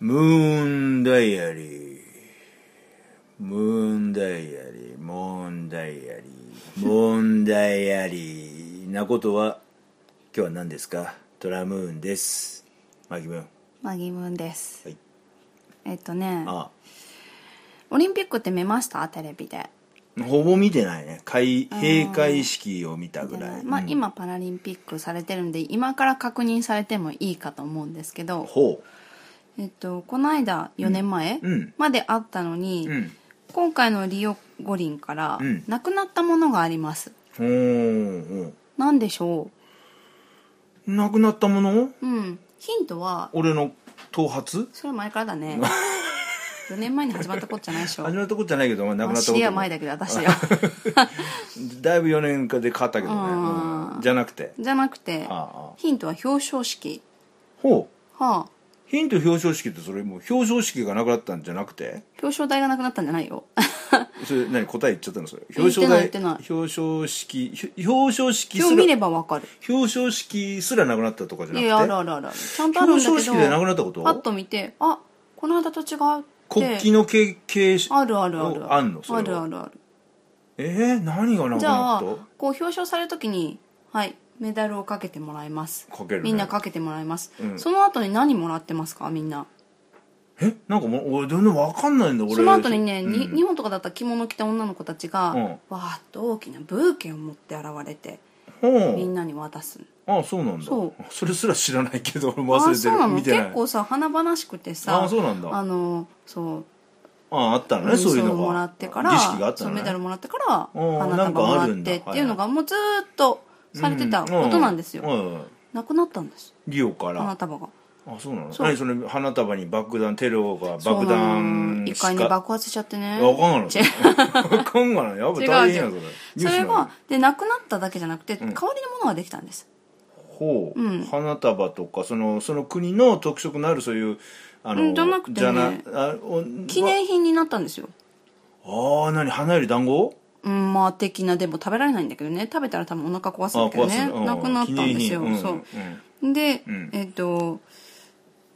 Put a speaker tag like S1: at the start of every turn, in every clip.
S1: ムーンダイアリー。ムーンダイアリー。モーンダイアリー。モーンダイアリー。なことは、今日は何ですかトラムーンです。マギムーン。
S2: マギムーンです、
S1: はい
S2: えっとね
S1: あ
S2: オリンピックって見ましたテレビで
S1: あ。ほぼ見てないね。開閉会式を見たぐらい。
S2: まあ、
S1: うん
S2: 今パラリンピックされてるんで今から確認されてもいいかと思うんですけど、
S1: ほ
S2: えっと、この間4年前
S1: うんうん
S2: まであったのに、
S1: う。うん。
S2: 今回のリオ五輪から
S1: うん
S2: なくなったものがあります
S1: ほーほ
S2: 何でしょ
S1: う。なくなったもの
S2: ううんヒントは
S1: 俺の頭髪
S2: それ前から だね4年前に始まったことじゃないでしょ
S1: 始まったことじゃないけど、まあ、なくな
S2: ま
S1: っ
S2: あ
S1: たこと
S2: 知り合い前だけど私よ
S1: だいぶ4年間で変わったけどね
S2: うん、
S1: うんじゃなくて
S2: じゃなくて
S1: あああ
S2: ヒントは表彰式
S1: ほう
S2: はあ
S1: ヒント表彰式ってそれもう表彰式がなくなったんじゃなくて
S2: 表彰台がなくなったんじゃな いよ
S1: それ何答え言っちゃったのそれ
S2: 言っ
S1: 表
S2: て
S1: 彰
S2: ない
S1: 台
S2: 言ってない
S1: 表彰式ひ表彰式
S2: 今日
S1: す
S2: 見れ
S1: ら
S2: ばわかる
S1: 表彰式すらなくなったとかじゃ
S2: いやある
S1: な
S2: あ
S1: くて
S2: るあるあるちゃんとあるんだけ
S1: 表
S2: ど
S1: 彰式でなくなったこ
S2: パッ
S1: と
S2: と見てあこの間と違うって
S1: 国旗の経経
S2: あるあるある
S1: あんのそれは
S2: あるあるある
S1: えー、何がなく
S2: じゃ
S1: な
S2: あ
S1: っ
S2: こう表彰されるときにはいメダルをかけてもらいます
S1: かけるね
S2: みんなかけてもらいます、
S1: うん
S2: その後に何もらってますかみんな
S1: たえなんかもう俺全然わかんないんだ俺
S2: その後にね、
S1: うん
S2: に日本とかだったら着物着た女の子たちが、
S1: うん
S2: わーっと大きなブーケを持って現れて
S1: ほ
S2: み
S1: うん
S2: なに渡す
S1: あそうなんだ
S2: そう
S1: れすら知らないけど俺
S2: あ
S1: 忘
S2: あ
S1: れて
S2: そうな
S1: る
S2: の
S1: 見てない
S2: 結構さ華々しくてさ
S1: ああそうなんだ
S2: あのそう
S1: あああったのねそういうのが
S2: もらってから
S1: 儀式があった
S2: そ
S1: の
S2: う
S1: ね
S2: メダルもらってから
S1: おー
S2: 花束も
S1: なんか
S2: らってって
S1: あるんだ
S2: いうのがもうずーっとされてたことなんですよ、
S1: ううん
S2: なくなったんです
S1: リオから
S2: 花束が
S1: あそうなの
S2: そう
S1: 何それ花束に爆弾テロが
S2: そう
S1: 爆弾
S2: 一回ね
S1: か
S2: 爆発しちゃってね
S1: わかんないのわかんないのやっぱ大変や
S2: 違
S1: んそれ
S2: それ
S1: ニュースなの
S2: がでなくなっただけじゃなくて、
S1: ん
S2: 代わりのものができたんです
S1: ほう、
S2: うん
S1: 花束とかそのその国の特色のあるそういうあの
S2: うんじゃなくてね
S1: じゃなあお
S2: 記念品になったんですよ
S1: ああ何花より団子
S2: うんまあ的なでも食べられないんだけどね食べたら多分お腹壊すん
S1: あ
S2: だけど
S1: 壊す
S2: ね
S1: のうん
S2: なくなったんですよ、
S1: 記念品
S2: そうん
S1: ん
S2: で、
S1: うん
S2: えっ、と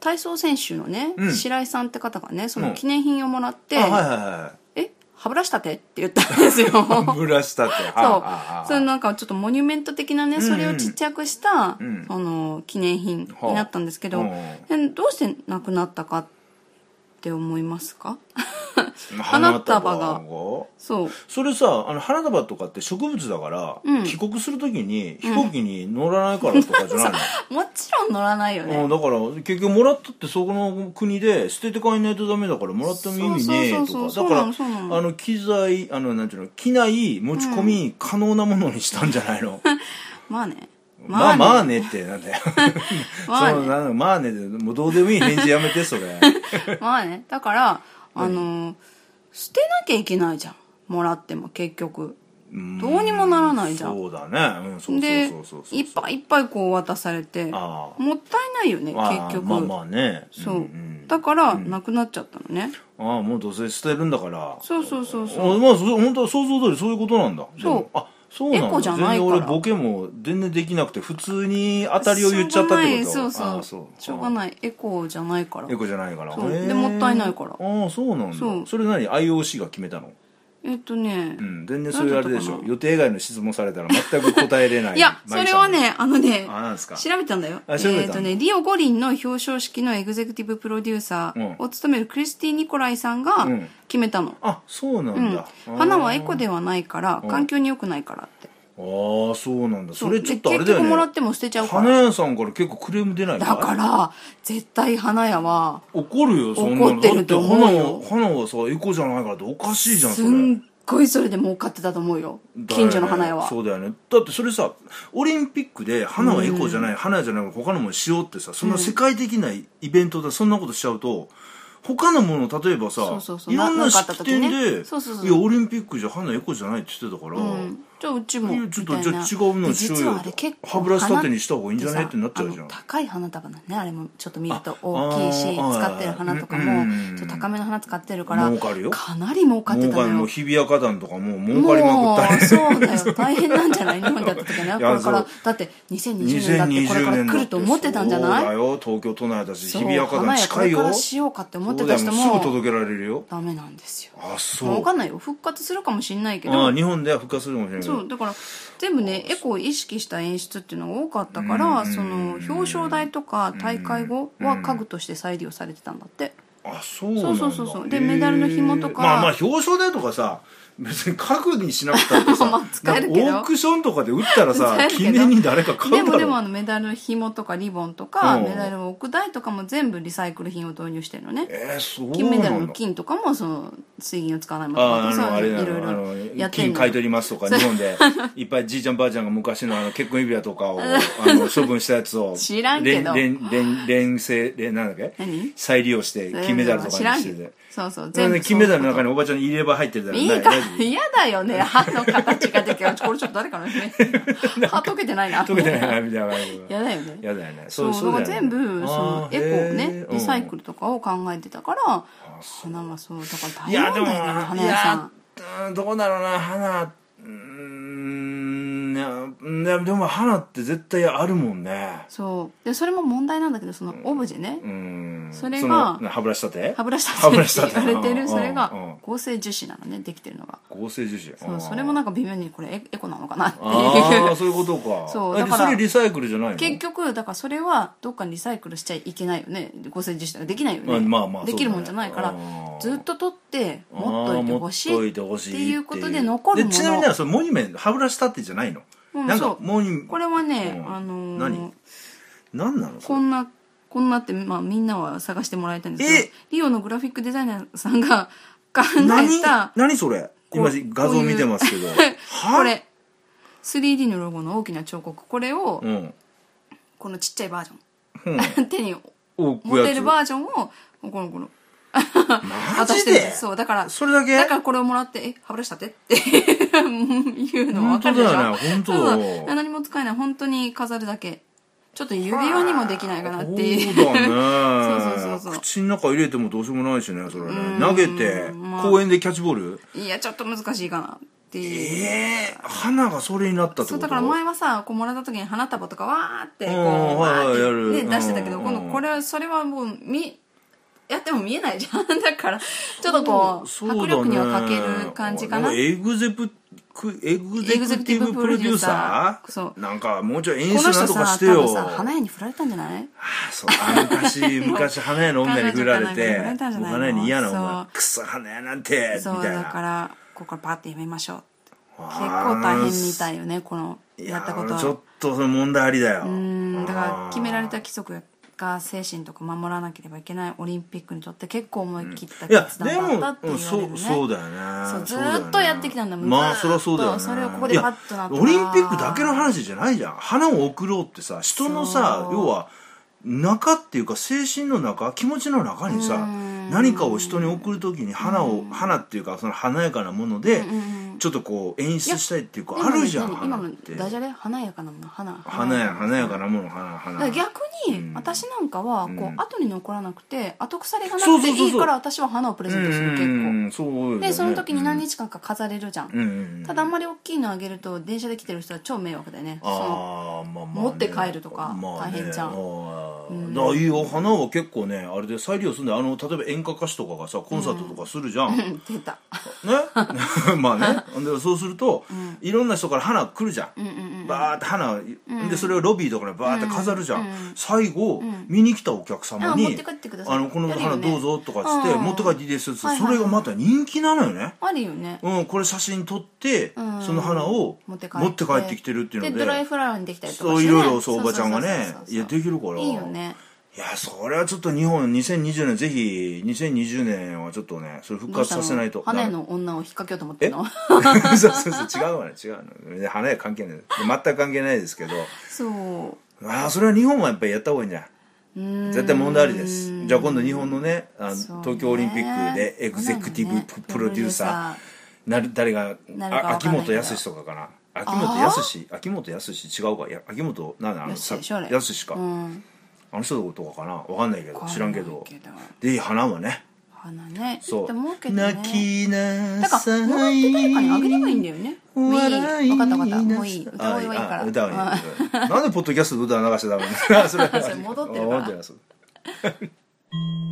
S2: 体操選手のね、
S1: うん
S2: 白井さんって方がねそうの
S1: ん
S2: 記念品をもらって「
S1: あはいはいはい
S2: え歯ブラシ立て?」って言ったん ですよそう
S1: ブラしたってそう
S2: そのなんかちょっとモニュメント的なね
S1: んうん
S2: それをちっちゃくした、
S1: うん
S2: その記念品になったんですけど、
S1: はあ
S2: でどうしてなくなったかって思いますか花束がそう
S1: それさあの花束とかって植物だから、
S2: うん
S1: 帰国するときに飛行機に乗らないからとかじゃないの、
S2: もちろん乗らないよね
S1: うん、だから結局もらったってそこの国で捨てて帰んないとダメだからもらっても意味ねえ
S2: そうそう
S1: と
S2: そう
S1: かだか
S2: そうなのそうなの
S1: らあの機材あのなんていうの機内持ち込み可能なものにしたんじゃないの、
S2: まあね
S1: まあまあ
S2: ね
S1: ねってなんだよ
S2: まあ
S1: そ
S2: ね
S1: のなんだまあねってもうどうでもいい返事やめてそれ
S2: まあねだからあの捨てなきゃいけないじゃんもらっても結局どうにもならないじゃん
S1: そうだねうんそうそう
S2: で
S1: そうそうそう
S2: いっぱいいっぱいこう渡されても
S1: ああ
S2: ったいないよね
S1: ああ
S2: 結局、
S1: まあまあね
S2: そう、
S1: んん
S2: だからなくなっちゃったのね、
S1: ああもうどうせ捨てるんだから
S2: そうそうそうそう
S1: あまあそ本当は想像通りそういうことなんだ
S2: そう
S1: でもあそうなんだ
S2: エコじゃないから
S1: 全然俺ボケも全然できなくて普通に当たりを言っちゃったってこと
S2: しょうがないそうそう
S1: あそう
S2: しょうがないエコじゃないから
S1: エコじゃないから
S2: そう
S1: へえ
S2: でもったいないから
S1: ああそうなんだ
S2: そう
S1: それ何 IOC が決めたの
S2: えっとね
S1: う、ん全然そういうあれでしょ
S2: なんだったかな
S1: 予定外の質問されたら全く答えれない
S2: いやそ
S1: マリ
S2: れ
S1: さ
S2: は
S1: んの
S2: ねあのね
S1: あなんですか
S2: 調べたんだよ。え
S1: あ調べたの
S2: ーとね、リオ五輪の表彰式のエグゼクティブプロデューサーを務めるクリスティ・ニコライさんが
S1: うん
S2: 決めたの。
S1: あそうな
S2: うんん
S1: だ、あー
S2: 花はエコではないから
S1: うん
S2: 環境に良くないからって
S1: ああそうなんだ
S2: そ
S1: そうれちょっとあれ
S2: で
S1: だ
S2: 結
S1: よ
S2: 局もらっ
S1: ね
S2: ても捨てちゃうか
S1: 花
S2: ら
S1: 屋さんから結構クレーム出ない
S2: だから絶対花屋は
S1: 怒るよそんな
S2: 怒ってると思うよ
S1: だって花は花はさエコじゃないからっておかしいじゃんそ
S2: す
S1: れ
S2: んごいそれで儲かってたと思うよ近所の花屋
S1: だよね
S2: は
S1: そうだよねだってそれさオリンピックで花はエコじゃない、花じゃないから他のものしようってさそんな世界的なイベントでそんなことしちゃうと他のもの例えばさ
S2: そうそうそう
S1: いろん
S2: な
S1: な
S2: な
S1: ん
S2: かあった
S1: 式
S2: 時ね
S1: 典で、
S2: そうそうそう
S1: いやオリンピックじゃ花エコじゃないって言ってたから、
S2: うんじゃあうちも
S1: いや
S2: み
S1: ちょったと
S2: いな
S1: じゃあ違うのにしようよ
S2: 実はあれ結構
S1: 歯ブラシ立てにした方がいいんじゃね
S2: 花
S1: ってなっちゃうじゃん
S2: あの高い花束なんねあれもちょっと見ると大きいし
S1: ああー
S2: 使ってる花と
S1: う
S2: か
S1: んう
S2: も
S1: んうんうん
S2: ちょっと高めの花使ってるから
S1: 儲かるよ
S2: なり儲かって
S1: 儲
S2: たの
S1: かりも
S2: よ
S1: う日比谷花壇とかもう儲かりまくったり
S2: もうそうだよ大変なんじゃない日本でやった時はね
S1: いや
S2: これから
S1: そう
S2: だって2020年
S1: 2020
S2: だって
S1: 年
S2: これから
S1: だ
S2: 来ると思ってたんじゃない
S1: そうだよ東京都内だし日
S2: そう
S1: 比谷花壇
S2: 花
S1: 近い
S2: 屋これか
S1: よ
S2: らしようかって思ってた
S1: そ
S2: 人も
S1: うだよすぐ届けられるよ
S2: ダメなんですよ
S1: あそう
S2: 分かんないよ復活するかもしんないけ
S1: あ
S2: ど
S1: あ日本では復活するかもしれないけ
S2: そ
S1: ど
S2: うだから全部ねエコを意識した演出っていうのが多かったからその表彰台とか大会後は家具として再利用されてたんだって
S1: あそうなんだ
S2: そうそうそうそうで
S1: へえ
S2: メダルの紐とか
S1: まあまあ表彰台とかさ別に家具にしなくたってさ
S2: まあ使えるけど
S1: オークションとかで売ったら さ
S2: 使えるけ
S1: 記
S2: ど
S1: 念に誰か買うだ
S2: で
S1: ろ
S2: もでもあのメダルの紐とかリボンとか
S1: うん
S2: メダルを置く台とかも全部リサイクル品を導入してるのね
S1: えー、そうなんだ
S2: 金メダルの金とかもその水銀を使わないもの
S1: ああ
S2: とか
S1: の
S2: そ
S1: あ
S2: う
S1: れ
S2: いう
S1: な
S2: のいろい
S1: のあの
S2: ろやって
S1: 金
S2: んの
S1: 買い取りますとか日本 でいっぱいじいちゃんばあちゃんが昔のあの結婚指輪とかをあの処分したやつを
S2: 知らんけど
S1: れんれんれん連成連なんだっけ
S2: 何
S1: 再利用して金メダルとか
S2: 知
S1: に
S2: らん
S1: して
S2: け
S1: て
S2: どそうそう
S1: 全
S2: 全部
S1: 部金メダルの中におばちゃんの入れ歯入ってるだろ
S2: い
S1: ない
S2: か
S1: 大丈夫
S2: 嫌だよね歯の形ができるこれちょっと誰 かのね歯溶けてないな
S1: 溶けてないなみたいな感じ
S2: 嫌だよね
S1: やだよね
S2: そうだから全部そのエコをねリサイク
S1: ル
S2: ルとかを考えてたから花がそうだから
S1: い
S2: 大
S1: や
S2: 変
S1: でも
S2: なんだよね花屋さん
S1: いやうんどうだろうな花うーんいやうんでも花って絶対あるもんね
S2: そうでそれも問題なんだけどそのオブジェね
S1: うん
S2: それが
S1: の歯ブラシ立て
S2: 歯ブラシ
S1: 歯ブラ
S2: 立
S1: シ
S2: てっ
S1: 立
S2: て
S1: て
S2: 言われて
S1: うん
S2: るそれ
S1: うんう
S2: が
S1: ん
S2: 合成樹脂なのねできてるのが
S1: 合成樹脂
S2: そうそれもなんか微妙にこれエエコなのかなって
S1: あ
S2: い
S1: あ
S2: う
S1: そういうことか
S2: そう
S1: え
S2: だから
S1: それリサイクルじゃないの
S2: 結局だからそれはどっかにリサイクルしちゃいけないよね合成樹脂とかできないよ
S1: まあ
S2: ね、
S1: まあまあ
S2: できるもんじゃないから
S1: そうだね
S2: ずっと取って
S1: あー
S2: 持っといてほし
S1: 持っと
S2: い
S1: いてほしい
S2: っていうことで残るもの
S1: でちなみにねそれモニュメント歯ブラシ立てじゃないの、
S2: うん
S1: なんか
S2: そう
S1: モニュ
S2: これはね、
S1: うん
S2: あのー
S1: 何何なのそ
S2: こ
S1: れ
S2: んなこんなって、まあ、みんなは探してもらいたいんですけ
S1: え
S2: どリオのグラフィックデザイナーさんが 考え
S1: 何
S2: た
S1: 何それ
S2: こう
S1: 今画像見てますけどは
S2: これ 3D のロゴの大きな彫刻これを、
S1: うん、
S2: このちっちゃいバージ
S1: うん、
S2: ョン 手に
S1: 置く
S2: 持って
S1: やつ
S2: るバージョンをこのこの
S1: マ
S2: 渡し
S1: ジ
S2: てる
S1: で
S2: そうだから
S1: それだけ
S2: だからこれをもらって「え歯ブラシ立て」っていうの分かるでしょ
S1: 本当だよね本当
S2: そう何も使えない本当に飾るだけちょっと指輪にもできないかなっていう
S1: そうだね
S2: そうそうそうそう
S1: 口の中入れてもどうしようもないしねそれ
S2: う
S1: ね
S2: ん
S1: 投げて、
S2: まあ
S1: 公園でキャッチボール
S2: いやちょっと難しいかなっていう
S1: ええ花がそれになったってこと
S2: そうだから前はさこうもらった時に花束とかわーってこう
S1: うん
S2: わ
S1: はいはいや
S2: ーっ
S1: る
S2: て、ね、出してたけど
S1: うん
S2: 今度これはそれはもうみやっても見えないじゃん だからちょっとこう
S1: そうだね
S2: 迫力には欠ける感じかな
S1: あのエグゼプクエグゼ
S2: エグゼ
S1: ク
S2: ク
S1: ティ
S2: ティ
S1: ブ
S2: ブ
S1: プ
S2: プ
S1: ロ
S2: ロ
S1: デ
S2: デ
S1: ュ
S2: ュ
S1: ー
S2: ー
S1: サ
S2: サ
S1: ー
S2: ーそう
S1: なんかもうちょい演
S2: この
S1: 出なん
S2: 人
S1: とか
S2: さ
S1: して
S2: 多
S1: よ
S2: 分さ花屋に振られたんじゃない
S1: ああ そうあ昔昔花屋の女に振られて
S2: 彼女かなんかに振られたんじゃないの
S1: 花屋に嫌な
S2: そ
S1: 女
S2: う
S1: クソ花屋なんてみた
S2: そう
S1: い
S2: だか
S1: な
S2: らここからパーってやめましょう
S1: あ
S2: 結
S1: ー
S2: 構大変みたいよねこのやったこと
S1: い
S2: は
S1: やちょっとそれ問題ありだよ
S2: うんだから決められた
S1: あ
S2: 規則が精神とか守らなければいけないオリンピックにとって結構思い切った
S1: ーいや
S2: 決
S1: で
S2: 断だったって
S1: も
S2: 言
S1: う
S2: わ
S1: んそ
S2: れるね
S1: うそうだよね
S2: そう
S1: だよね
S2: ずっとやってきたんだもん
S1: まあ
S2: ず
S1: そ
S2: っ
S1: りゃ
S2: と
S1: そうだよね
S2: それをここでパッとなったら
S1: いやオリンピックだけの話じゃないじゃん花を贈ろうってさ人のさ
S2: そう
S1: 要は中っていうか精神の中気持ちの中にさ何かを人に贈る時に花を花っていうかその華やかなものでちょっとこう演出したいっていうかあるじゃん
S2: 今の今
S1: 花っ
S2: の
S1: て
S2: ダジャレ華やかなもの花
S1: 華や華やか
S2: だ
S1: なもの花
S2: から
S1: 花
S2: 逆に私なんかはこ
S1: うん
S2: う後に残らなくて後腐れがな
S1: そう
S2: くて
S1: そうそう
S2: い
S1: そう
S2: いから私は花をプレゼントする
S1: う
S2: 結
S1: んそうよ
S2: 構
S1: ね
S2: でその時に何日間か飾れるじゃ
S1: うんんうん
S2: ただあんまり大きいのあげると電車で来てる人は超迷惑だよねその
S1: あーまあまあね
S2: 持って帰るとか大変じゃん
S1: まあねあーだからいいよ花は結構ねあれで再利用するんだよあの例えば演歌歌手とかがさコンサートとかするじゃん、ね
S2: 出た
S1: まあねでそうすると、いろんな人から花来るじゃん,、バーって花、でそれをロビーとかでバーって飾るじゃん、最後、見に来たお客様
S2: あ
S1: に
S2: 持って帰ってください
S1: あのこの
S2: やるよ
S1: 花
S2: ね
S1: どうぞ」とかっつって、
S2: うん
S1: 持って帰っていいです」っつって、
S2: はいはいはい
S1: それがまた人気なのよね、
S2: あるよね
S1: うん、これ写真撮って、
S2: ん
S1: その花を持
S2: 持っ
S1: ってて
S2: 帰
S1: 帰
S2: って
S1: ってきてるっていうの
S2: でドライフラワーにできたりとか
S1: そう
S2: して
S1: い
S2: ね
S1: ろいろそうおばちゃんが
S2: そうそう
S1: ね
S2: そうそう
S1: いやできるから
S2: いいよね
S1: いやそれはちょっと日本2020年ぜひ2020年はちょっとねそれ復
S2: どうし
S1: 活
S2: た
S1: させ
S2: の
S1: ないと
S2: 花屋の女を引っ掛けようと思ってんの
S1: ダメ そうそうそう違うわね違うの花屋関係ない全く関係ないですけど
S2: そう
S1: ああそれは日本はやっぱりやった方がいいんじゃないう
S2: ーん
S1: 絶対問題ありですじゃあ今度日本のねあの
S2: そうね
S1: 東京オリンピックでエグゼクティブプロデューサーなる誰が
S2: なるか
S1: あ
S2: わか
S1: 秋
S2: んないけ
S1: 元
S2: ど
S1: 康とかかな秋元康秋元康違うかいや秋元なんだあの
S2: 康
S1: さ
S2: でしょあれ
S1: 康か、
S2: うん
S1: あの人のことかかなわかんないけど知らんけ
S2: わ
S1: ど
S2: かんないけど
S1: で花はね
S2: 花ね
S1: そ
S2: いいと
S1: う
S2: 思うけどね
S1: 泣きな
S2: だか
S1: さ
S2: ら
S1: い
S2: もらって誰かにあげればいいんだよねもういい
S1: 笑
S2: 分かった分かっ
S1: な
S2: た
S1: さ
S2: もういい歌声はいいから
S1: ああ歌声
S2: うん
S1: はいい からなんでポッドキャストで歌流しちゃダメなのそれ
S2: それ戻ってるから
S1: 戻ってます